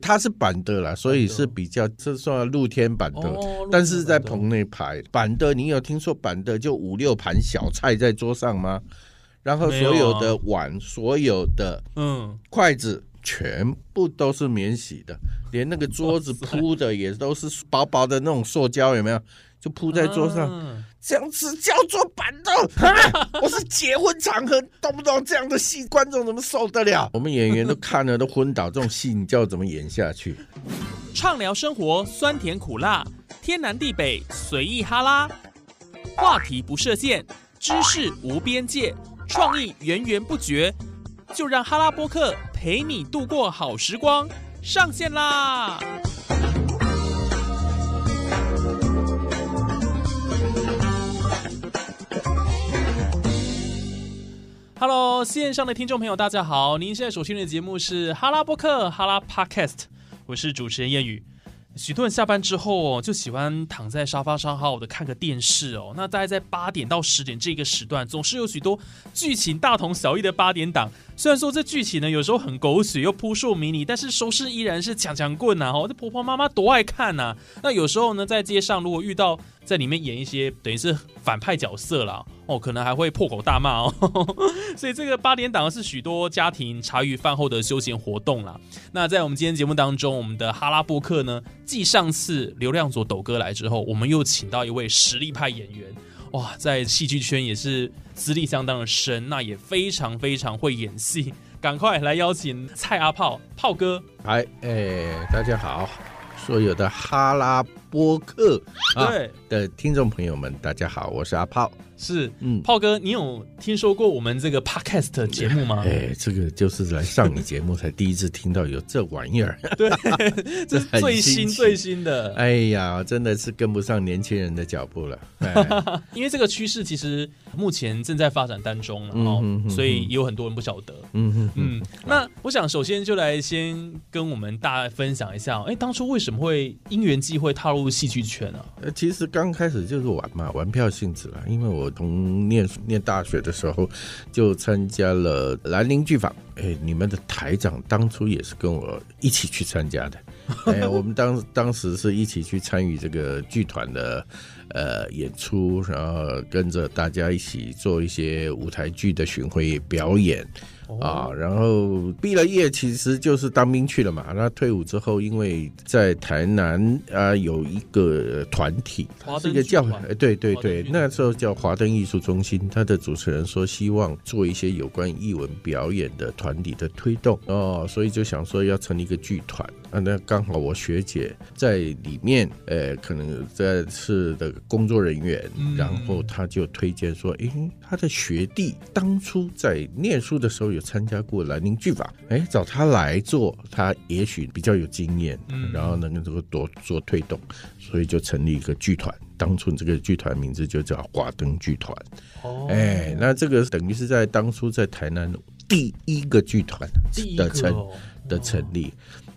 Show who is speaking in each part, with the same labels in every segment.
Speaker 1: 它是板的啦，所以是比较这算露天板的，
Speaker 2: 哦
Speaker 1: 但是在棚内排板的，你有听说板的就五六盘小菜在桌上吗？然后
Speaker 2: 没有啊
Speaker 1: 所有的碗、所有的
Speaker 2: 嗯，
Speaker 1: 筷子全部都是免洗的，连那个桌子铺的也都是薄薄的那种塑胶，有没有？就铺在桌上，
Speaker 2: 啊
Speaker 1: 这样子叫做板 凳。我是结婚场合，懂不懂这样的戏，观众怎么受得了？我们演员都看了都昏倒，这种戏你叫我怎么演下去？
Speaker 2: 畅聊生活，酸甜苦辣，天南地北，随意哈拉，话题不设限，知识无边界，创意源源不绝，就让哈拉播客陪你度过好时光。上线啦！Hello，线上的听众朋友，大家好！您现在所听的节目是哈拉播客哈拉 Podcast，我是主持人谚语。许多人下班之后哦，就喜欢躺在沙发上好好的看个电视哦。那大概在八点到十点这个时段，总是有许多剧情大同小异的八点档。虽然说这剧情呢有时候很狗血又扑朔迷离，但是收视依然是强强棍呐、哦，这婆婆妈妈多爱看呐、那有时候呢，在街上如果遇到在里面演一些等于是反派角色啦，哦，可能还会破口大骂哦。 所以这个八点档是许多家庭茶余饭后的休闲活动啦。那在我们今天节目当中，我们的哈拉波克呢，继上次流量佐斗哥来之后，我们又请到一位实力派演员。哇，在戏剧圈也是资历相当的深，那也非常非常会演戏。赶快来邀请蔡阿炮炮哥，
Speaker 1: 哎哎，大家好，所有的哈拉波克啊
Speaker 2: 对，
Speaker 1: 的听众朋友们，大家好，我是阿炮。
Speaker 2: 是
Speaker 1: 嗯，
Speaker 2: 炮哥，你有听说过我们这 个 podcast 节目吗？
Speaker 1: 哎，这个就是来上你节目才第一次听到有这玩意儿。
Speaker 2: 这是最
Speaker 1: 很
Speaker 2: 新
Speaker 1: 新奇
Speaker 2: 最新的，
Speaker 1: 哎呀，真的是跟不上年轻人的脚步了。哎
Speaker 2: 因为这个趋势其实目前正在发展当中了哦，
Speaker 1: 嗯哼哼
Speaker 2: 所以也有很多人不晓得。
Speaker 1: 嗯哼哼，
Speaker 2: 嗯，那我想首先就来先跟我们大家分享一下哦，哎，当初为什么会因缘际会踏入戏剧圈啊？
Speaker 1: 呃，其实刚开始就是玩嘛，玩票性质啦。因为我从念念大学的时候就参加了兰陵剧坊，哎，你们的台长当初也是跟我一起去参加的。哎，我们当当时是一起去参与这个剧团的呃演出，然后跟着大家一起做一些舞台剧的巡回表演。
Speaker 2: 哦
Speaker 1: 啊，然后毕了业其实就是当兵去了嘛。那退伍之后，因为在台南啊有一个团体，
Speaker 2: 华
Speaker 1: 是
Speaker 2: 灯
Speaker 1: 一个
Speaker 2: 剧
Speaker 1: 叫
Speaker 2: 团
Speaker 1: 哎对对
Speaker 2: 华灯
Speaker 1: 对
Speaker 2: 剧，
Speaker 1: 那时候叫华灯艺术中心。它的主持人说希望做一些有关艺文表演的团体的推动哦，所以就想说要成立一个剧团啊。那刚好我学姐在里面，呃，可能在是的工作人员，
Speaker 2: 嗯
Speaker 1: 然后他就推荐说，诶，他的学弟当初在念书的时候有参加过兰陵剧法，诶，找他来做，他也许比较有经验，
Speaker 2: 嗯
Speaker 1: 然后能够多做推动，所以就成立一个剧团。当初这个剧团名字就叫华灯剧团，
Speaker 2: 哦，
Speaker 1: 哎，那这个等于是在当初在台南第一个剧团
Speaker 2: 第一
Speaker 1: 的
Speaker 2: 个
Speaker 1: 成
Speaker 2: 哦
Speaker 1: 的成立。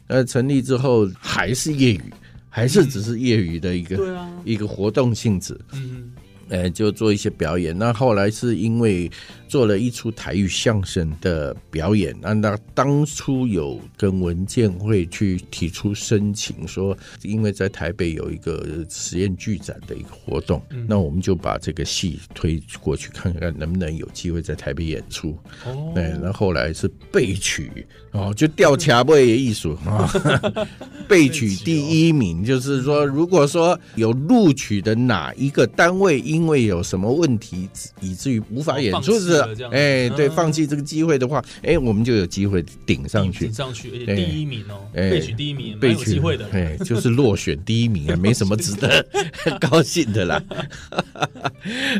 Speaker 1: 那成立之后还是业余，还是只是业余的一个、
Speaker 2: 对啊，
Speaker 1: 一个活动性质，
Speaker 2: 嗯，
Speaker 1: 呃，就做一些表演。那后来是因为做了一出台语相声的表演，那那当初有跟文建会去提出申请，说因为在台北有一个实验剧展的一个活动，那我们就把这个戏推过去看看能不能有机会在台北演出。
Speaker 2: 哦，
Speaker 1: 对，那后来是备取哦，就吊卡位的艺术啊， 备取第一名，就是说，如果说有录取的哪一个单位，因为有什么问题，以至于无法演出
Speaker 2: 哦放弃
Speaker 1: 是
Speaker 2: 了这，样子
Speaker 1: 哎，对，
Speaker 2: 嗯
Speaker 1: 放弃这个机会的话，哎，我们就有机会顶上去
Speaker 2: 顶。上去，而且
Speaker 1: 对
Speaker 2: 第一名哦，
Speaker 1: 哎
Speaker 2: 被取第一名，蛮有机会的。
Speaker 1: 哎，就是落选第一名啊，没什么值 得高兴的啦。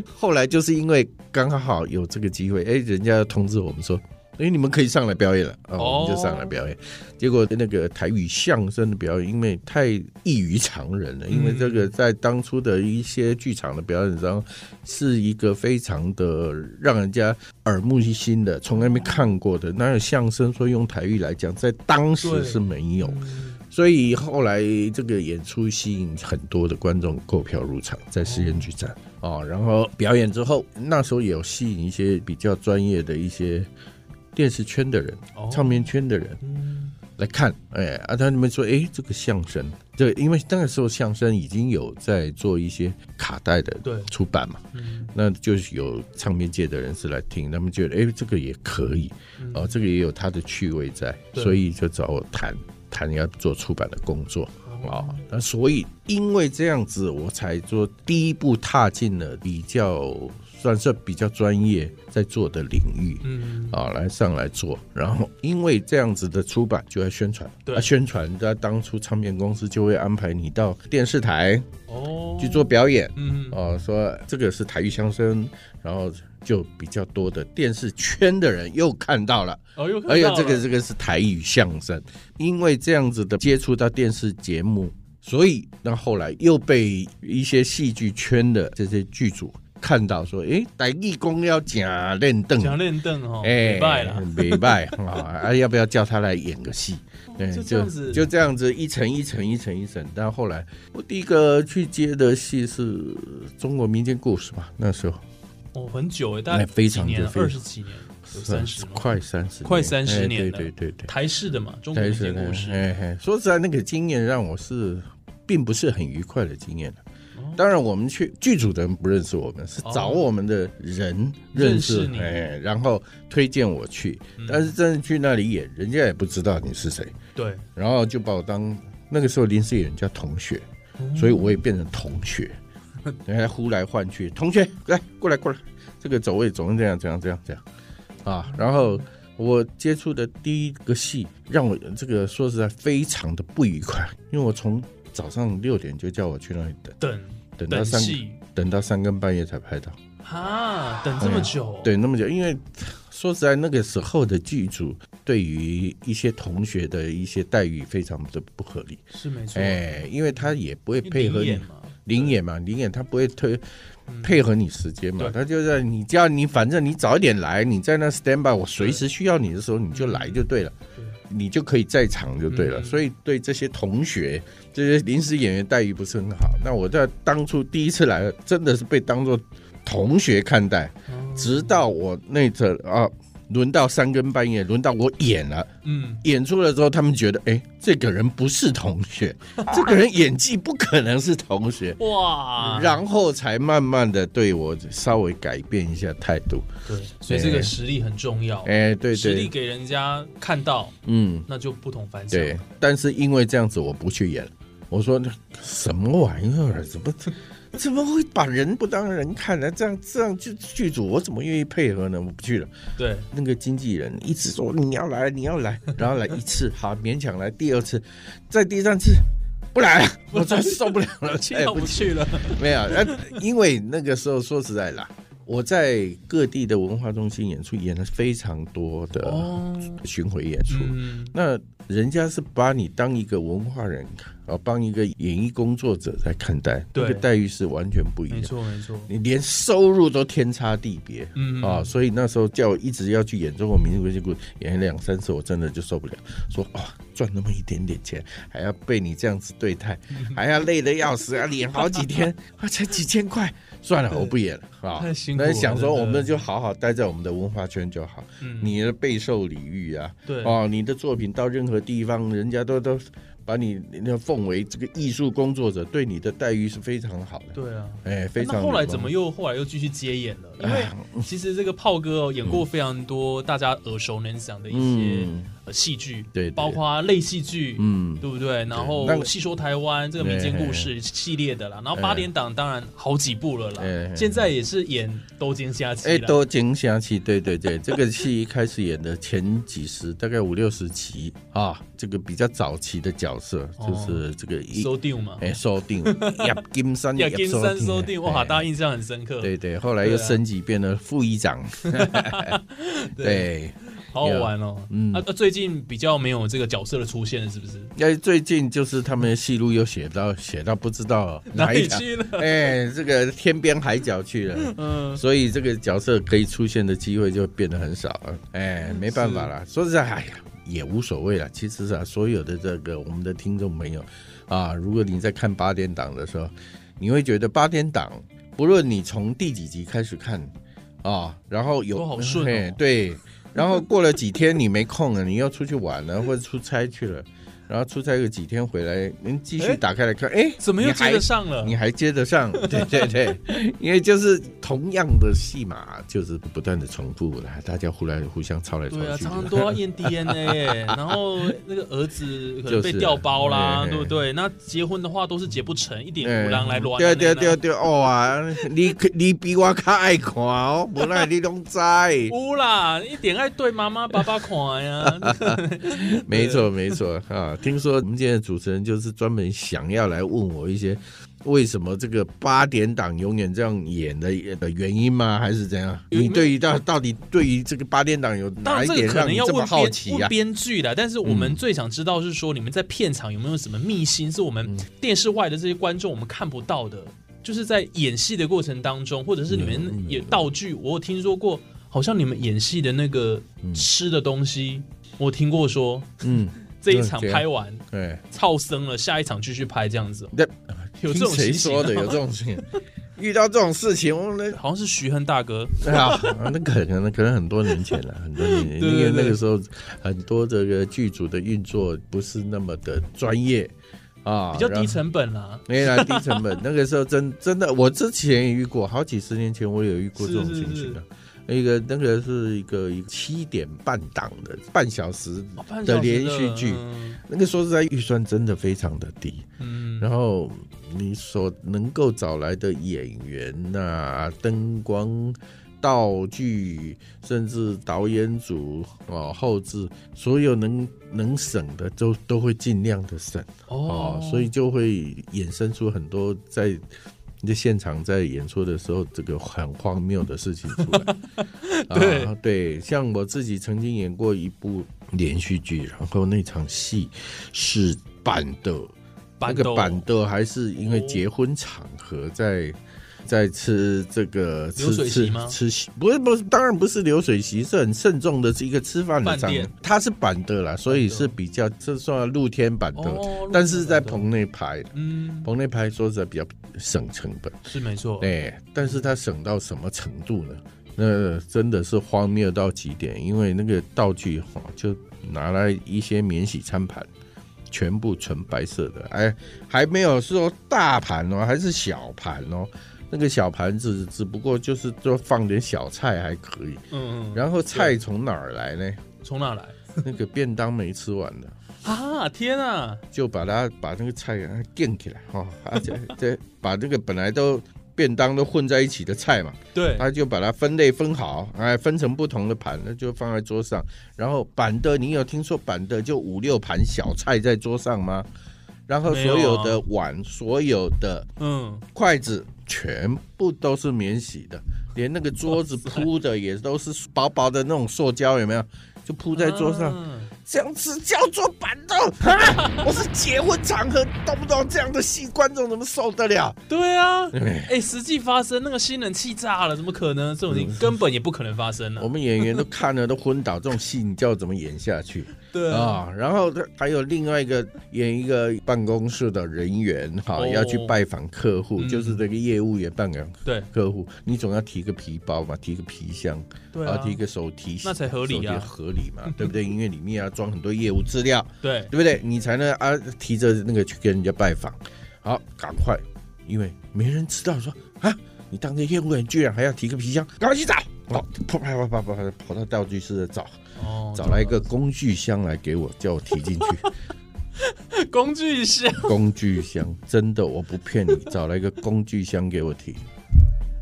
Speaker 1: 后来就是因为刚好有这个机会，哎，人家通知我们说。哎，你们可以上来表演了啊、
Speaker 2: 哦
Speaker 1: 我们就上来表演。结果那个台语相声的表演，因为太异于常人
Speaker 2: 嗯
Speaker 1: 了，因为这个在当初的一些剧场的表演上，是一个非常的让人家耳目一新的，从来没看过的。哪有相声说用台语来讲，在当时
Speaker 2: 对
Speaker 1: 是没有的
Speaker 2: 嗯
Speaker 1: 所以后来这个演出吸引很多的观众购票入场，在实验剧展哦，然后表演之后，那时候有吸引一些比较专业的一些电视圈的人、
Speaker 2: 哦
Speaker 1: 唱片圈的人
Speaker 2: 嗯
Speaker 1: 来看，哎啊，他们说，哎，这个相声，对，因为那个时候相声已经有在做一些卡带的
Speaker 2: 对
Speaker 1: 出版嘛，
Speaker 2: 嗯
Speaker 1: 那就是有唱片界的人士来听，他们觉得，哎，这个也可以，
Speaker 2: 嗯
Speaker 1: 哦，这个也有它的趣味在，
Speaker 2: 对
Speaker 1: 所以就找我谈谈要做出版的工作啊、哦那所以因为这样子，我才做第一步踏进了比较算是比较专业在做的领域。
Speaker 2: 嗯
Speaker 1: 啊、来上来做，然后因为这样子的出版就要宣传，
Speaker 2: 对
Speaker 1: 啊、宣传，他当初唱片公司就会安排你到电视台
Speaker 2: 哦
Speaker 1: 去做表演，
Speaker 2: 嗯
Speaker 1: 哦，说这个是台语相声，然后就比较多的电视圈的人又看到了，
Speaker 2: 哦又看
Speaker 1: 哎呀
Speaker 2: 到，
Speaker 1: 这个
Speaker 2: 了
Speaker 1: 这个是台语相声，因为这样子的接触到电视节目，所以那后来又被一些戏剧圈的这些剧组看到，说，哎，台语公要讲练凳。
Speaker 2: 讲练凳哦，
Speaker 1: 嗯哎，
Speaker 2: 礼拜了，
Speaker 1: 礼拜啊！啊，要不要叫他来演个戏？对，
Speaker 2: 就这样子
Speaker 1: 哎就这样子一层一层一层一层。但后来我第一个去接的戏是中国民间故事嘛，那时候
Speaker 2: 哦很久哎，大概
Speaker 1: 哎非常
Speaker 2: 几年
Speaker 1: 久非常
Speaker 2: 二十几年有三十吗
Speaker 1: 快三十，
Speaker 2: 快30
Speaker 1: 哎
Speaker 2: 年了
Speaker 1: 对对对对，
Speaker 2: 台式的嘛，中国民间故事，
Speaker 1: 哎哎，说实在，那个经验让我是并不是很愉快的经验
Speaker 2: 哦
Speaker 1: 当然，我们去剧组的人不认识我们，是
Speaker 2: 哦
Speaker 1: 找我们的人
Speaker 2: 认
Speaker 1: 认
Speaker 2: 识
Speaker 1: 识，
Speaker 2: 你
Speaker 1: 哎，然后推荐我去。
Speaker 2: 嗯
Speaker 1: 但是真的去那里演，人家也不知道你是谁，
Speaker 2: 对，
Speaker 1: 然后就把我当那个时候临时演员叫同学，
Speaker 2: 哦
Speaker 1: 所以我也变成同 学，人家呼来唤去，同学来过来过来，这个走位总是这样这样这样这样啊。然后我接触的第一个戏让我这个说实在非常的不愉快，因为我从早上六点就叫我去那里等，
Speaker 2: 等
Speaker 1: 等到
Speaker 2: 等
Speaker 1: 三
Speaker 2: 戏
Speaker 1: 等到三更半夜才拍到。
Speaker 2: 啊，等这么久，
Speaker 1: 哎对，那么久，因为说实在，那个时候的剧组对于一些同学的一些待遇非常的不合理，
Speaker 2: 是没错，
Speaker 1: 哎，因为他也不会
Speaker 2: 因为
Speaker 1: 配合
Speaker 2: 灵
Speaker 1: 你
Speaker 2: 眼嘛，
Speaker 1: 灵眼嘛，灵眼他不会推
Speaker 2: 嗯
Speaker 1: 配合你时间嘛
Speaker 2: 对，
Speaker 1: 他就在你叫你反正你早一点来，你在那 stand by，我随时需要你的时候你就来就嗯对了
Speaker 2: 对。
Speaker 1: 你就可以在场就对了，
Speaker 2: 嗯
Speaker 1: 所以对这些同学、这些临时演员待遇不是很好。那我在当初第一次来，真的是被当做同学看待，
Speaker 2: 哦
Speaker 1: 直到我那阵啊，轮到三更半夜，轮到我演了，
Speaker 2: 嗯
Speaker 1: 演出了之后，他们觉得，哎、这个人不是同 学，这个人演技不可能是同学，
Speaker 2: 哇，
Speaker 1: 然后才慢慢的对我稍微改变一下态度。
Speaker 2: 对，所以这个实力很重要，
Speaker 1: 哎、对
Speaker 2: 实
Speaker 1: 对，
Speaker 2: 力给人家看到，
Speaker 1: 嗯，
Speaker 2: 那就不同凡响，
Speaker 1: 对，但是因为这样子，我不去演了。我说什么玩意儿？啊怎么这怎么会把人不当人看呢？这样这样剧剧组，我怎么愿意配合呢？我不去了。
Speaker 2: 对，
Speaker 1: 那个经纪人一直说你要来，你要来， 然后来一次，好勉强来，第二次，再第三次不 来了，我真受不了了，
Speaker 2: 气
Speaker 1: 哎
Speaker 2: 到不去了，
Speaker 1: 没有，呃，因为那个时候说实在啦，我在各地的文化中心演出演了非常多的
Speaker 2: 哦，
Speaker 1: 巡回演出，
Speaker 2: 嗯，
Speaker 1: 那人家是把你当一个文化人啊，帮一个演艺工作者在看待，
Speaker 2: 对
Speaker 1: 那个待遇是完全不一
Speaker 2: 没
Speaker 1: 样，
Speaker 2: 错没错，
Speaker 1: 你连收入都天差地别，
Speaker 2: 嗯
Speaker 1: 啊，，所以那时候叫我一直要去演中国民族国际故事，演两三次我真的就受不了，说哦赚那么一点点钱，还要被你这样子对 待，还要累得要死，要演好几天， 啊才几千块，算了，我不演了啊
Speaker 2: 太。辛苦了
Speaker 1: 那想说
Speaker 2: 真的
Speaker 1: 我们就好好待在我们的文化圈就好，
Speaker 2: 嗯
Speaker 1: 你的备受礼遇啊，
Speaker 2: 对
Speaker 1: 哦，你的作品到任何地方，人家都都把你那奉为这个艺术工作者，对你的待遇是非常好的，
Speaker 2: 对啊。
Speaker 1: 哎，非常哎
Speaker 2: 那
Speaker 1: 礼貌。
Speaker 2: 后来怎么又后来又继续接演了？因为
Speaker 1: 嗯
Speaker 2: 其实这个炮哥哦，演过非常多大家耳熟能详的一些
Speaker 1: 嗯
Speaker 2: 呃戏剧，
Speaker 1: 对对
Speaker 2: 包括类戏剧，
Speaker 1: 嗯。
Speaker 2: 对不对？然
Speaker 1: 那
Speaker 2: 后
Speaker 1: 个
Speaker 2: 戏说台湾这个民间故事系列的啦，然后八点档当然好几部了
Speaker 1: 哎
Speaker 2: 啦，
Speaker 1: 哎
Speaker 2: 现在也是演都江下期
Speaker 1: 哎，
Speaker 2: 了，
Speaker 1: 多惊侠气，对对 对，这个戏一开始演的前几十，大概五六十集啊，这个比较早期的角色就是这个一
Speaker 2: 哦收定嘛，
Speaker 1: 哎收 定，叶金山，
Speaker 2: 呀，金山收定，
Speaker 1: 定，
Speaker 2: 哇，
Speaker 1: 哎
Speaker 2: 大家印象很深刻，
Speaker 1: 对对，后来又
Speaker 2: 对啊
Speaker 1: 升级变了副议长，
Speaker 2: 对，
Speaker 1: 对，
Speaker 2: 好好玩哦。
Speaker 1: 嗯
Speaker 2: 啊，啊最近比较没有这个角色的出现了，是不是？
Speaker 1: 哎，最近就是他们的戏路又写到写到不知道
Speaker 2: 哪
Speaker 1: 哪
Speaker 2: 里
Speaker 1: 一条，
Speaker 2: 去了？
Speaker 1: 哎，这个天边海角去了。
Speaker 2: 嗯，
Speaker 1: 所以这个角色可以出现的机会就变得很少了。哎，没办法啦，说实在，哎呀，也无所谓了。其实啊，所有的这个我们的听众朋友啊，如果你在看八点档的时候，你会觉得八点档，不论你从第几集开始看啊，然后有
Speaker 2: 都好顺哦
Speaker 1: 嘿对。然后过了几天你没空了，你要出去玩了或者出差去了，然后出差个几天回来，您继续
Speaker 2: 哎
Speaker 1: 打开来看，哎，
Speaker 2: 怎么又
Speaker 1: 你
Speaker 2: 接
Speaker 1: 还
Speaker 2: 得上了？
Speaker 1: 你还接得 上？对对对，因为就是同样的戏码，就是不断的重复啦，大家互来互相抄来抄
Speaker 2: 对啊，
Speaker 1: 去
Speaker 2: 常常
Speaker 1: 的。
Speaker 2: 都要验 DNA，耶 然后那个儿子可能被
Speaker 1: 就是
Speaker 2: 调包啦，
Speaker 1: 哎哎
Speaker 2: 对不对？那结婚的话都是结不成，一点
Speaker 1: 哎
Speaker 2: 无人来乱。
Speaker 1: 对啊对啊对啊，对啊！哦啊，你你比我较爱看 哦，无奈你拢知。
Speaker 2: 有啦，一点爱对妈妈爸爸 款呀。
Speaker 1: 没错没错啊！听说我们今天的主持人就是专门想要来问我一些为什么这个八点档永远这样演的的原因吗？还是怎样？
Speaker 2: 有
Speaker 1: 你对于到到底对于这个八点档有
Speaker 2: 当
Speaker 1: 哪
Speaker 2: 然
Speaker 1: 一
Speaker 2: 这个
Speaker 1: 点
Speaker 2: 可
Speaker 1: 让
Speaker 2: 能
Speaker 1: 你
Speaker 2: 要
Speaker 1: 这么
Speaker 2: 问
Speaker 1: 好
Speaker 2: 编
Speaker 1: 奇啊呀、
Speaker 2: 问编剧啊的，但是我们最想知道是说你们在片场有没有什么秘辛，是我们
Speaker 1: 嗯
Speaker 2: 电视外的这些观众我们看不到的，就是在演戏的过程当中，或者是你们
Speaker 1: 嗯
Speaker 2: 也道具，我有听说过，好像你们演戏的那个吃的东西，我听过说
Speaker 1: 嗯，哎
Speaker 2: 这一场
Speaker 1: 对
Speaker 2: 拍完
Speaker 1: 对。
Speaker 2: 操生了，下一场继续拍这样子，
Speaker 1: 那
Speaker 2: 有这
Speaker 1: 听
Speaker 2: 种
Speaker 1: 谁
Speaker 2: 情形啊
Speaker 1: 说的？有这种事情， 遇到这种事情，我们
Speaker 2: 好像是徐恒大哥，
Speaker 1: 哎呀，那可能可能很多年前了，很多年前，
Speaker 2: 对对
Speaker 1: 因为
Speaker 2: 对
Speaker 1: 那个时候很多这个剧组的运作不是那么的专业啊，
Speaker 2: 比较
Speaker 1: 然
Speaker 2: 低
Speaker 1: 后
Speaker 2: 成本啦、
Speaker 1: 没啦，低成本。 那个时候真真的，我之前也遇过，好几十年前我有遇过这种
Speaker 2: 是是
Speaker 1: 情
Speaker 2: 是
Speaker 1: 形的。那个那个是一个七点半档的半小时，
Speaker 2: 哦半小时
Speaker 1: 连续剧
Speaker 2: 嗯
Speaker 1: 那个说实在预算真的非常的低。
Speaker 2: 嗯，
Speaker 1: 然后你所能够找来的演员呐、灯光、道具，甚至导演组哦、后置，所有能能省的都都会尽量的省哦
Speaker 2: 哦，
Speaker 1: 所以就会衍生出很多在。在现场在演出的时候，这个很荒谬的事情出来。
Speaker 2: 对
Speaker 1: 啊、对，像我自己曾经演过一部连续剧，然后那场戏是板的，那个
Speaker 2: 斗
Speaker 1: 板凳还是因为结婚场合在。在吃这个
Speaker 2: 流
Speaker 1: 吃
Speaker 2: 水席
Speaker 1: 吃
Speaker 2: 吗
Speaker 1: 吃席，不是不是，当然不是流水席，是很慎重的一个吃饭的
Speaker 2: 饭
Speaker 1: 场合
Speaker 2: 店。
Speaker 1: 它是板的啦，所以是比较这算露天板的，
Speaker 2: 哦
Speaker 1: 但是在
Speaker 2: 露天板凳
Speaker 1: 棚内拍，
Speaker 2: 嗯，
Speaker 1: 棚内拍说实在比较省成本。
Speaker 2: 是没错。
Speaker 1: 对，哎但是它省到什么程度呢？那真的是荒谬到极点，因为那个道具哈、就拿来一些免洗餐盘，全部纯白色的，哎，还没有说大盘哦，还是小盘哦。那个小盘子只不过就是就放点小菜还可以，
Speaker 2: 嗯，嗯，
Speaker 1: 然后菜从哪儿来呢？
Speaker 2: 从哪来
Speaker 1: 那个便当没吃完的，
Speaker 2: 啊？天啊！
Speaker 1: 就把它把那个菜给它垫起来哈、哦，而且再把这个本来都便当都混在一起的菜嘛，
Speaker 2: 对，
Speaker 1: 他就把它分类分好，哎，分成不同的盘，那就放在桌上。然后板的，你有听说板的就五六盘小菜在桌上吗？然后
Speaker 2: 没
Speaker 1: 所
Speaker 2: 有
Speaker 1: 有
Speaker 2: 啊
Speaker 1: 的碗、所有的
Speaker 2: 嗯，
Speaker 1: 筷子全部都是免洗的，连那个桌子铺的也都是薄薄的那种塑胶，有没有？就铺在桌上，
Speaker 2: 啊
Speaker 1: 这样子叫做板凳啊！我是结婚场合，懂不懂这样的戏，观众怎么受得了？
Speaker 2: 对啊，
Speaker 1: 哎
Speaker 2: 哎，实际发生那个新人气炸了，怎么可能？这种事
Speaker 1: 嗯
Speaker 2: 情根本也不可能发生
Speaker 1: 我
Speaker 2: 啊！
Speaker 1: 们演员都看了都昏倒，这种戏你叫我怎么演下去？
Speaker 2: 对啊，
Speaker 1: 啊、然后他还有另外一个演一个办公室的人员哈、
Speaker 2: 哦
Speaker 1: 要去拜访客户，
Speaker 2: 嗯
Speaker 1: 就是这个业务员拜访
Speaker 2: 对
Speaker 1: 客户，你总要提个皮包嘛，提个皮箱，
Speaker 2: 对
Speaker 1: 然
Speaker 2: 啊
Speaker 1: 后，提个手提箱，
Speaker 2: 那才合理啊
Speaker 1: 手提合理嘛，对不对？因为里面要装很多业务资料，
Speaker 2: 对
Speaker 1: 对不对？你才能啊提着那个去跟人家拜访，好，赶快，因为没人知道说啊，你当个业务员居然还要提个皮箱，赶快去找，哦，跑跑跑跑跑跑到道具室找。
Speaker 2: 哦，
Speaker 1: 找来一个工具箱来给我，叫我提进去。
Speaker 2: 工具箱，
Speaker 1: 工具箱，真的，我不骗 你，找来一个工具箱给我提。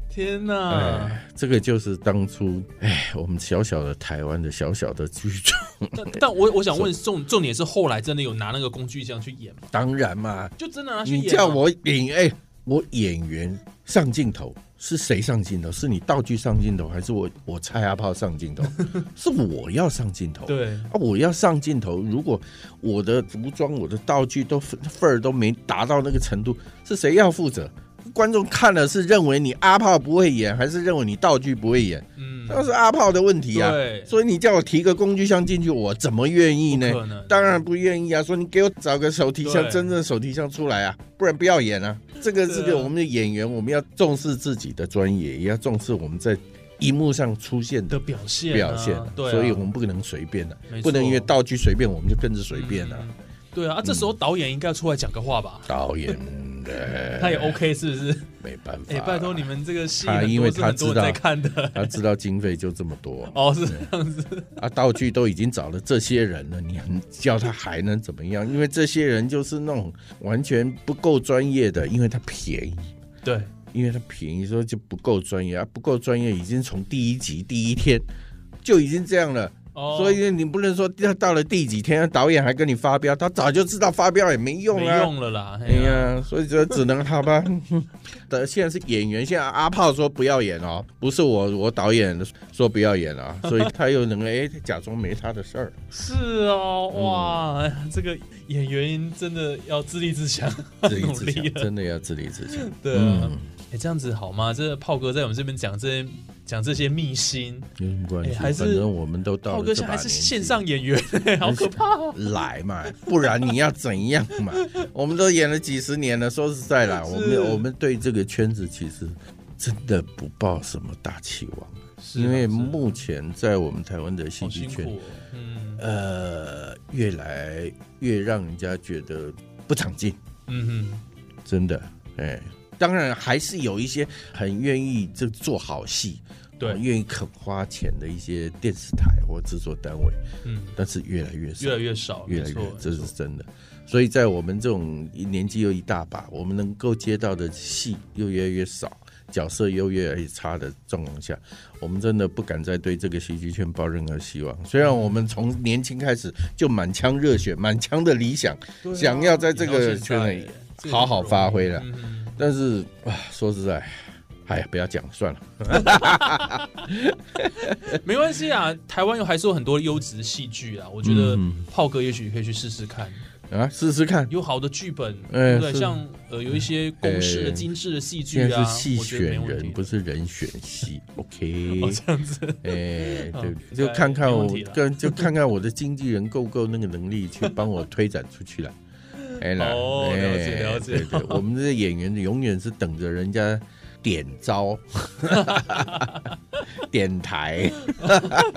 Speaker 2: 天
Speaker 1: 哎、
Speaker 2: 哪！
Speaker 1: 这个就是当初，哎，我们小小的台湾的小小的剧组，
Speaker 2: 但但我我想问，重重点是后来真的有拿那个工具箱去演吗？
Speaker 1: 当然嘛，
Speaker 2: 就真的拿去
Speaker 1: 你
Speaker 2: 演吗？
Speaker 1: 叫我演，哎，我演员上镜头是谁上镜头？是你道具上镜头，还是我我蔡阿炮上 镜头？是我要上镜头。
Speaker 2: 对
Speaker 1: 啊，我要上镜头，如果我的服装、我的道具都份儿都没达到那个程度，是谁要负责？观众看了是认为你阿炮不会演，还是认为你道具不会演？
Speaker 2: 嗯，
Speaker 1: 那是阿炮的问题啊。
Speaker 2: 对，
Speaker 1: 所以你叫我提个工具箱进去，我怎么愿意呢
Speaker 2: 不可能？
Speaker 1: 当然不愿意啊！说你给我找个手提箱，
Speaker 2: 对
Speaker 1: 真正的手提箱出来啊，不然不要演啊！这个
Speaker 2: 对啊
Speaker 1: 这个，我们的演员，我们要重视自己的专业，也要重视我们在荧幕上出现的
Speaker 2: 的表现、啊、
Speaker 1: 表现啊，
Speaker 2: 对啊、
Speaker 1: 所以我们不能随便的、
Speaker 2: 没
Speaker 1: 不能因为
Speaker 2: 错
Speaker 1: 道具随便我们就跟着随便了、
Speaker 2: 嗯对啊，啊这时候导演应该出来讲个话吧？
Speaker 1: 导演的
Speaker 2: 他也 OK 是不是？
Speaker 1: 没办法，
Speaker 2: 哎、拜托你，们这个戏
Speaker 1: 哎啊他
Speaker 2: 很多
Speaker 1: 因为
Speaker 2: 是
Speaker 1: 他
Speaker 2: 很多
Speaker 1: 知
Speaker 2: 人
Speaker 1: 道
Speaker 2: 在看的。
Speaker 1: 他知道经费就这么多
Speaker 2: 哦，是这样子，
Speaker 1: 啊，道具都已经找了这些人了，你你叫他还能怎么样？因为这些人就是那种完全不够专业的，因为他便宜。
Speaker 2: 对，
Speaker 1: 因为他便宜，所以就不够专业啊，不够专业，已经从第一集第一天就已经这样了。
Speaker 2: 哦，
Speaker 1: 所以你不能说要到了第几天，导演还跟你发飙，他早就知道发飙也没用
Speaker 2: 没
Speaker 1: 啊。
Speaker 2: 用了啦。
Speaker 1: 哎
Speaker 2: 哎呀，
Speaker 1: 呀，所以这只能好吧。 的现在是演员，现在阿炮说不要演哦，不是我，我导演说不要演啊，所以他又能哎假装没他的事 儿。
Speaker 2: 是哦，
Speaker 1: 嗯
Speaker 2: 哇，哎呀这个演员真的要自立自强，
Speaker 1: 自立自
Speaker 2: 努力
Speaker 1: 强，
Speaker 2: 了
Speaker 1: 真的要自立自强。 嗯
Speaker 2: 对啊。哎、这样子好吗？这炮哥在我们这边讲这讲这些秘辛，
Speaker 1: 有什么关系？
Speaker 2: 哎还
Speaker 1: 反
Speaker 2: 是
Speaker 1: 正我们都到
Speaker 2: 炮
Speaker 1: 了
Speaker 2: 哥
Speaker 1: 这
Speaker 2: 现在
Speaker 1: 把
Speaker 2: 还是
Speaker 1: 年
Speaker 2: 线
Speaker 1: 纪。
Speaker 2: 上演员，好可怕哦、
Speaker 1: 来嘛，不然你要怎样 嘛？我们都演了几十年了，说实在啦，
Speaker 2: 是
Speaker 1: 我们我们对这个圈子其实真的不抱什么大期望，
Speaker 2: 是啊
Speaker 1: 因为
Speaker 2: 是啊
Speaker 1: 目前在我们台湾的戏
Speaker 2: 好
Speaker 1: 剧
Speaker 2: 辛
Speaker 1: 圈，
Speaker 2: 苦、哦，嗯
Speaker 1: 呃，越来越让人家觉得不长进，
Speaker 2: 嗯哼，
Speaker 1: 真的，哎。当然，还是有一些很愿意就做好戏，
Speaker 2: 对
Speaker 1: 哦愿意肯花钱的一些电视台或制作单位，
Speaker 2: 嗯，
Speaker 1: 但是越来越少，
Speaker 2: 越来越少，
Speaker 1: 越来
Speaker 2: 没错
Speaker 1: 越，这
Speaker 2: 没
Speaker 1: 是
Speaker 2: 错
Speaker 1: 真的。所以在我们这种年纪又一大把，我们能够接到的戏又越来越少，角色又越来越差的状况下，我们真的不敢再对这个戏剧圈抱任何希望。虽然我们从年轻开始就满腔热血、满腔的理想，
Speaker 2: 对啊
Speaker 1: 想要在这
Speaker 2: 演到
Speaker 1: 个
Speaker 2: 现
Speaker 1: 圈
Speaker 2: 在
Speaker 1: 内
Speaker 2: 耶这个
Speaker 1: 好
Speaker 2: 很
Speaker 1: 好
Speaker 2: 不容
Speaker 1: 发
Speaker 2: 易
Speaker 1: 挥了
Speaker 2: 嗯哼
Speaker 1: 但是啊，说实在，哎呀，不要讲算了。
Speaker 2: 没关系啊，台湾有还是有很多优质戏剧啊，我觉得
Speaker 1: 嗯
Speaker 2: 炮哥也许可以去试试看，
Speaker 1: 啊，试试看。
Speaker 2: 有好的剧本，对
Speaker 1: 哎
Speaker 2: 不对？
Speaker 1: 是
Speaker 2: 像呃有一些公式的
Speaker 1: 哎
Speaker 2: 精致的戏剧
Speaker 1: 现在
Speaker 2: 啊，
Speaker 1: 是戏
Speaker 2: 我觉得没
Speaker 1: 选
Speaker 2: 问
Speaker 1: 人，
Speaker 2: 题
Speaker 1: 不
Speaker 2: 的。
Speaker 1: 是人选 戏。
Speaker 2: 哦，
Speaker 1: OK，
Speaker 2: 这样子，
Speaker 1: 哎，对
Speaker 2: 嗯，
Speaker 1: 就
Speaker 2: 对
Speaker 1: 看看
Speaker 2: 没
Speaker 1: 我
Speaker 2: 问题了
Speaker 1: 跟就看看我的经纪人够不够那个能力去帮我推展出 去了。哎啦，
Speaker 2: 哦
Speaker 1: 哎
Speaker 2: 了解了解
Speaker 1: 对对，我们这演员永远是等着人家点 招，点台，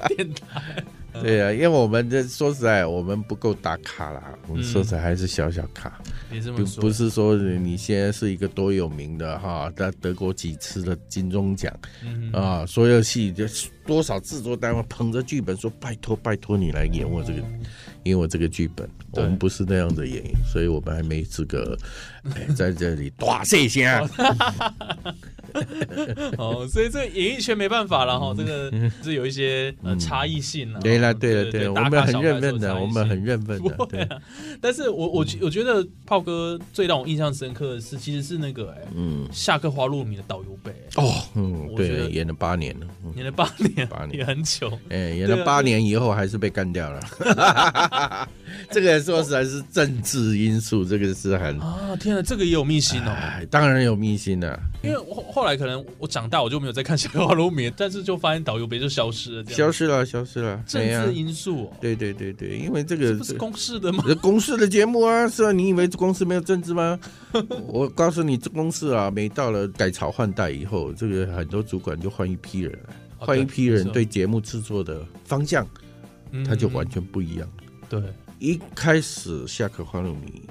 Speaker 2: 电台
Speaker 1: 对啊，因为我们这说实在，我们不够大咖啦，我们
Speaker 2: 嗯
Speaker 1: 说实在还是小小咖，
Speaker 2: 别这
Speaker 1: 不
Speaker 2: 么说，
Speaker 1: 不是说你现在是一个多有名的哈，在德国几次的金钟奖，
Speaker 2: 嗯哼，
Speaker 1: 啊，所有戏就是多少制作单位捧着剧本说：“拜托，拜托你来演我这个，演我这个剧本。”我
Speaker 2: 嗯对
Speaker 1: 们不是那样的演员，所以我们还没资格、哎、在这里大谢谢 啊。
Speaker 2: 哦，所以这个演艺圈没办法了哈，这个是有一些呃差异性了。
Speaker 1: 嗯对了，
Speaker 2: 哦
Speaker 1: 对了，
Speaker 2: 对
Speaker 1: 对了，
Speaker 2: 大
Speaker 1: 我
Speaker 2: 咖
Speaker 1: 们很
Speaker 2: 小啊
Speaker 1: 认
Speaker 2: 咖是有
Speaker 1: 份的，
Speaker 2: 差异
Speaker 1: 我们
Speaker 2: 性
Speaker 1: 很认份 的。对，
Speaker 2: 但是我
Speaker 1: 嗯
Speaker 2: 我觉我觉得炮哥最让我印象深刻的是，其实是那个哎，
Speaker 1: 嗯，
Speaker 2: 下课花路米的导游呗，
Speaker 1: 哦，嗯，
Speaker 2: 我觉得
Speaker 1: 对，演了八年了，嗯，
Speaker 2: 演了八年，
Speaker 1: 八年
Speaker 2: 也很久。
Speaker 1: 哎，演
Speaker 2: 对
Speaker 1: 了
Speaker 2: 啊
Speaker 1: 八年以后还是被干掉了。 这个说实在是政治因素，这个是很，
Speaker 2: 啊，天哪，这个也有秘辛哦！
Speaker 1: 哎，当然有秘辛了。
Speaker 2: 因为我后来可能我长大我就没有再看《小花罗米》，但是就发现导游别就消失了，这样
Speaker 1: 消失了，消失了，哎呀
Speaker 2: 政治因素、哦，
Speaker 1: 对对对对，因为这
Speaker 2: 这
Speaker 1: 个
Speaker 2: 不是公式的吗？
Speaker 1: 这公司的节目啊，是啊，你以为公司没有政治吗？ 我告诉你，这公司啊，每到了改朝换代以后，这个很多主管就换一批人来，
Speaker 2: 哦
Speaker 1: 换一批人，
Speaker 2: 没
Speaker 1: 对节目制作的方向，
Speaker 2: 错
Speaker 1: 他就完
Speaker 2: 嗯
Speaker 1: 全不一样。
Speaker 2: 对，
Speaker 1: 一开始下课欢乐迷，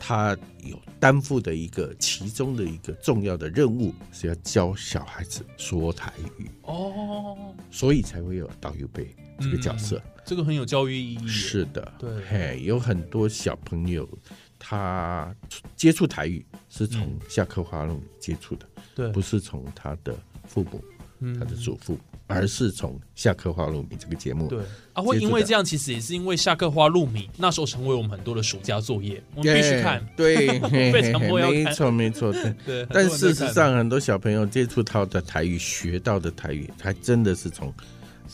Speaker 1: 他有担负的一个其中的一个重要的任务是要教小孩子说台语，
Speaker 2: 哦，
Speaker 1: 所以才会有导游杯这个角色。
Speaker 2: 这个很有教育意义，
Speaker 1: 是的，
Speaker 2: 嗯对
Speaker 1: 嘿，有很多小朋友他接触台语是从下课花路接触的，
Speaker 2: 对，
Speaker 1: 不是从他的父母、
Speaker 2: 嗯
Speaker 1: 他的祖父，而是从下课花路米这个节目。
Speaker 2: 对啊，会因为这样，其实也是因为下课花路米那时候成为我们很多的暑假作业，我们必须看，
Speaker 1: 对，对，嘿
Speaker 2: 被强迫要看
Speaker 1: 没错没错。对
Speaker 2: 对，
Speaker 1: 但
Speaker 2: 很多人在
Speaker 1: 事
Speaker 2: 看
Speaker 1: 实，上，很多小朋友接触到的台语、学到的台语，还真的是从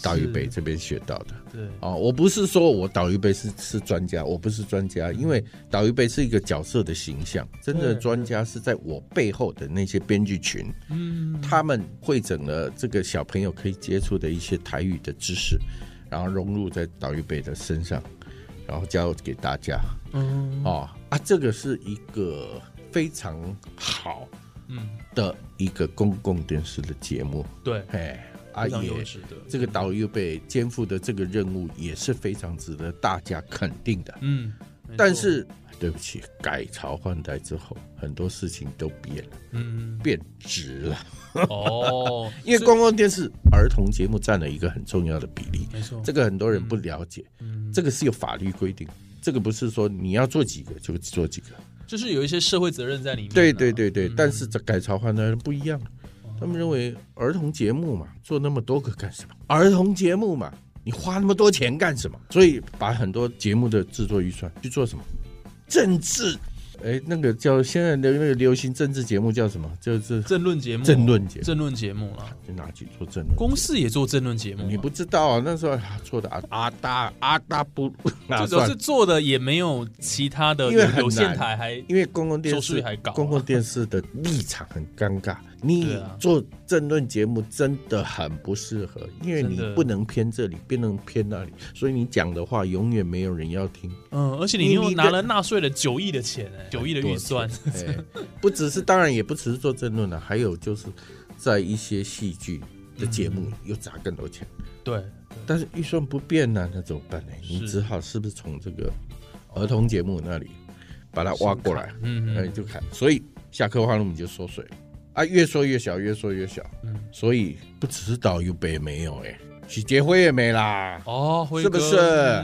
Speaker 1: 岛屿北
Speaker 2: 是
Speaker 1: 这边学到的。
Speaker 2: 对，
Speaker 1: 哦，我不是说我岛屿贝是是专家，我不是专家，因为岛屿贝是一个角色的形象，真
Speaker 2: 对
Speaker 1: 的
Speaker 2: 对
Speaker 1: 专家是在我背后的那些编剧群，
Speaker 2: 嗯，
Speaker 1: 他们会整了这个小朋友可以接触的一些台语的知识，然后融入在岛屿贝的身上，然后教给大家。
Speaker 2: 嗯
Speaker 1: 哦啊，这个是一个非常好
Speaker 2: 嗯，
Speaker 1: 的一个公共电视的节目，
Speaker 2: 对，
Speaker 1: 哎，啊
Speaker 2: 非常
Speaker 1: 也
Speaker 2: 优质的，
Speaker 1: 这个导游被肩负的这个任务也是非常值得大家肯定的。
Speaker 2: 嗯，没错
Speaker 1: 但是对不起，改朝换代之后，很多事情都变了，
Speaker 2: 嗯
Speaker 1: 变直了。，
Speaker 2: 哦
Speaker 1: 因为
Speaker 2: 所以
Speaker 1: 公共电视儿童节目占了一个很重要的比例，
Speaker 2: 没错，
Speaker 1: 这个很多人不了解，
Speaker 2: 嗯
Speaker 1: 这个是有法律规定。这个不是说你要做几个就做几个，
Speaker 2: 就是有一些社会责任在里面啊。
Speaker 1: 对对对对，
Speaker 2: 嗯哦
Speaker 1: 但是这改朝换代人不一样，他们认为儿童节目嘛，做那么多个干什么？儿童节目嘛，你花那么多钱干什么？所以把很多节目的制作预算去做什么？政治，哎，那个叫现在的那个流行政治节目叫什么？就是
Speaker 2: 政论节目，
Speaker 1: 政论节目，
Speaker 2: 政论节目啦，
Speaker 1: 就拿去做政论。
Speaker 2: 公视也做政论节目啊，
Speaker 1: 你不知道啊，那时候啊做的阿阿达阿达不，啊
Speaker 2: 就主
Speaker 1: 算
Speaker 2: 要是
Speaker 1: 了
Speaker 2: 做的也没有其他的
Speaker 1: 因为
Speaker 2: 有
Speaker 1: 很
Speaker 2: 有线
Speaker 1: 难
Speaker 2: 台还
Speaker 1: 因为公共电
Speaker 2: 收视率
Speaker 1: 视
Speaker 2: 还高啊，
Speaker 1: 公共电视的立场很尴尬，
Speaker 2: 对
Speaker 1: 你
Speaker 2: 啊
Speaker 1: 做政论节目真的很不适合，因为
Speaker 2: 真
Speaker 1: 你
Speaker 2: 的
Speaker 1: 不能偏这里，不能偏那里，所以你讲的话永远没有人要 听。
Speaker 2: 嗯，而且
Speaker 1: 你
Speaker 2: 你又
Speaker 1: 你
Speaker 2: 拿
Speaker 1: 的
Speaker 2: 了纳税了九亿的钱、哎，九亿的预算，
Speaker 1: 哎，不只是当然也不只是做政论了、还有就是在一些戏剧的节目
Speaker 2: 嗯
Speaker 1: 又砸更多钱，
Speaker 2: 对，
Speaker 1: 但是预算不变呢、那怎么办呢？你
Speaker 2: 是
Speaker 1: 只好是不是从这个儿童节目那里把它挖过来？
Speaker 2: 嗯
Speaker 1: 哎，
Speaker 2: 嗯
Speaker 1: 就看，所以下课花那么就缩水了啊，越缩越小，越缩越小。
Speaker 2: 嗯
Speaker 1: 所以不只是导游北没有哎、许杰辉也没啦，
Speaker 2: 哦，辉
Speaker 1: 是不
Speaker 2: 哥
Speaker 1: 是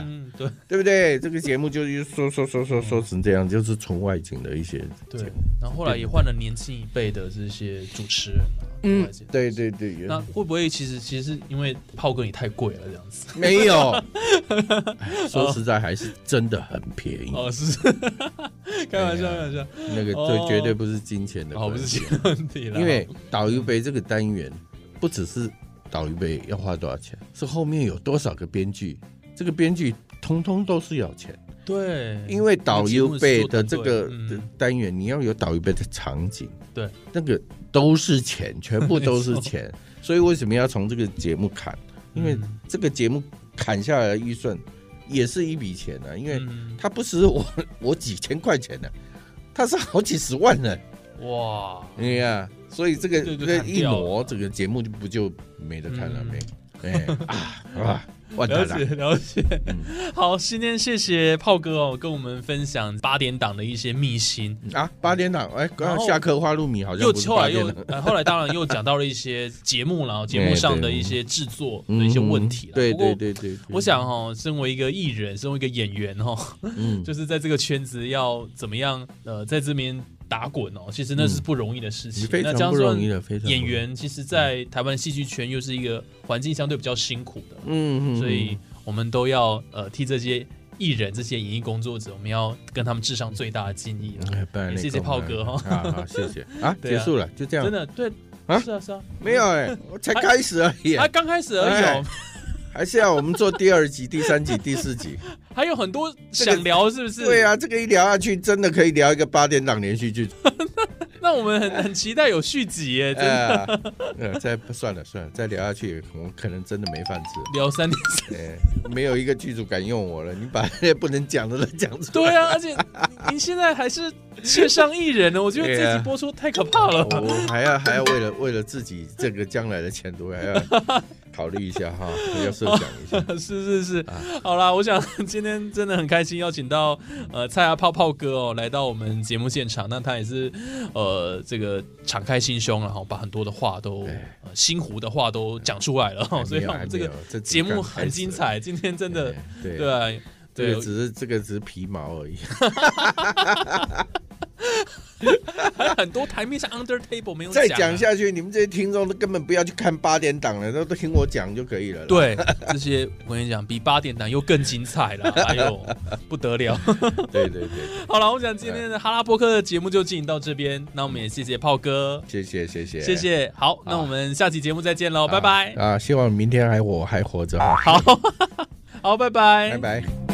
Speaker 2: 嗯、对
Speaker 1: 对不对？这个节目就是缩缩缩缩缩成这样，就是纯外景的一些节
Speaker 2: 对
Speaker 1: 目。，
Speaker 2: 然后后来也换了年轻一辈的这些主持人、啊，嗯，
Speaker 1: 对对对，有
Speaker 2: 那会不会其实其实是因为炮哥你太贵了这样子？
Speaker 1: 没有？ 哎说实在还是真的很便宜，
Speaker 2: 哦，是， 开玩笑，开玩笑，
Speaker 1: 那个
Speaker 2: 哦
Speaker 1: 这绝啊对不是金钱的
Speaker 2: 好，不
Speaker 1: 关
Speaker 2: 是
Speaker 1: 系，
Speaker 2: 这个问题了，
Speaker 1: 因为导游杯这个单元不只是导游杯要花多少钱，是后面有多少个编剧，这个编剧通通都是要钱。
Speaker 2: 对，
Speaker 1: 因为导游
Speaker 2: 背
Speaker 1: 背的这个
Speaker 2: 嗯、
Speaker 1: 单元，你要有导游背的场景，
Speaker 2: 对，
Speaker 1: 那个都是钱，全部都是 钱，所以为什么要从这个节目砍？因为
Speaker 2: 嗯
Speaker 1: 这个节目砍下来的预算也是一笔钱呢、啊，因为
Speaker 2: 嗯
Speaker 1: 它不是我 我几千块钱呢、它是好几十万呢、
Speaker 2: 哇，
Speaker 1: 哎呀，所以这个
Speaker 2: 嗯对就
Speaker 1: 这
Speaker 2: 砍
Speaker 1: 一
Speaker 2: 掉了
Speaker 1: 挪，整个节目就不就没得看了
Speaker 2: 嗯
Speaker 1: 没？ 哎啊啊，完
Speaker 2: 了
Speaker 1: 蛋
Speaker 2: 解
Speaker 1: 了，
Speaker 2: 了解，
Speaker 1: 嗯
Speaker 2: 好，今天谢谢炮哥哦，跟我们分享八点档的一些秘辛，
Speaker 1: 啊！八点档，哎，刚
Speaker 2: 然后
Speaker 1: 刚下课花露米好像
Speaker 2: 又
Speaker 1: 不是
Speaker 2: 后
Speaker 1: 八
Speaker 2: 来
Speaker 1: 点
Speaker 2: 又
Speaker 1: 档。
Speaker 2: 呃后来当然又讲到了一些节 目啦，节目上的一些制作的一些问题啦
Speaker 1: 嗯对
Speaker 2: 不过
Speaker 1: 对对对，对
Speaker 2: 我，想哦，身为一个艺人，身为一个演员哦，
Speaker 1: 嗯，
Speaker 2: 就是在这个圈子要怎么样呃，在这边打滚哦，其实那是不容易的事
Speaker 1: 嗯你
Speaker 2: 情。
Speaker 1: 非
Speaker 2: 那
Speaker 1: 常
Speaker 2: 加
Speaker 1: 不容
Speaker 2: 上
Speaker 1: 易的，嗯非常
Speaker 2: 演
Speaker 1: 不容易，
Speaker 2: 员，其实，在台湾戏剧圈又是一个环境相对比较辛苦的，
Speaker 1: 嗯，嗯
Speaker 2: 所以我们都要呃替这些艺人、这些演艺工作者，我们要跟他们致上最大的敬意啦。
Speaker 1: 嗯哎不然
Speaker 2: 也谢谢
Speaker 1: 那个我
Speaker 2: 炮
Speaker 1: 们
Speaker 2: 哥哦
Speaker 1: 好好谢谢 啊，
Speaker 2: 对啊
Speaker 1: 结束了，就这样
Speaker 2: 真，的，对，
Speaker 1: 啊
Speaker 2: 是啊，是啊，
Speaker 1: 没有哎，我才开始而已，
Speaker 2: 啊，刚开始而已
Speaker 1: 哎
Speaker 2: 哦，
Speaker 1: 还是要我们做第二集、第三集、第四集，
Speaker 2: 还有很多
Speaker 1: 这个
Speaker 2: 想聊， 是不是？
Speaker 1: 对，啊，这个一聊下去，真的可以聊一个八点档连续剧，
Speaker 2: 那我们很很期待有续集耶， 真的
Speaker 1: 哎，呃再算了算了，再聊下去，我可能真的没饭吃，
Speaker 2: 聊三点三。
Speaker 1: 哎，没有一个剧组敢用我了，你把那些不能讲的都讲 出来。
Speaker 2: 对啊，而且您您现在还是线上艺人呢，我觉得
Speaker 1: 对
Speaker 2: 这
Speaker 1: 啊哦
Speaker 2: 集播出太可怕了。
Speaker 1: 我我还要还要为了为了自己这个将来的前途，还要考虑一下哈，要设想一 下。
Speaker 2: 是是是
Speaker 1: 啊，
Speaker 2: 好啦，我想今天真的很开心，邀请到呃蔡阿泡泡哥哦来到我们节目现场，那他也是呃这个敞开心胸，然后把很多的话都
Speaker 1: 哎
Speaker 2: 呃心湖的话都讲出来了哦，所以让我们这个
Speaker 1: 个
Speaker 2: 节目很精，彩，今天
Speaker 1: 这
Speaker 2: 真的
Speaker 1: 只是刚开哎始对。
Speaker 2: 对啊
Speaker 1: 这个
Speaker 2: 对，
Speaker 1: 只是这个只是皮毛而已，
Speaker 2: 很多台面上 under table 没有
Speaker 1: 再
Speaker 2: 啊
Speaker 1: 讲下去，你们这些听众都根本不要去看八点档了，都都听我讲就可以了。，
Speaker 2: 对，这些我跟你讲，比八点档又更精彩了，哎呦，不得了！
Speaker 1: 对对对，
Speaker 2: 好了，我想今天的哈拉波克的节目就进行到这边，那我们也谢谢炮哥，
Speaker 1: 谢谢谢谢
Speaker 2: 谢，谢，好，那我们下期节目再见喽，拜拜，
Speaker 1: 啊！希望明天还我还活着哈，
Speaker 2: 好，好，拜
Speaker 1: 拜
Speaker 2: 拜，
Speaker 1: 拜。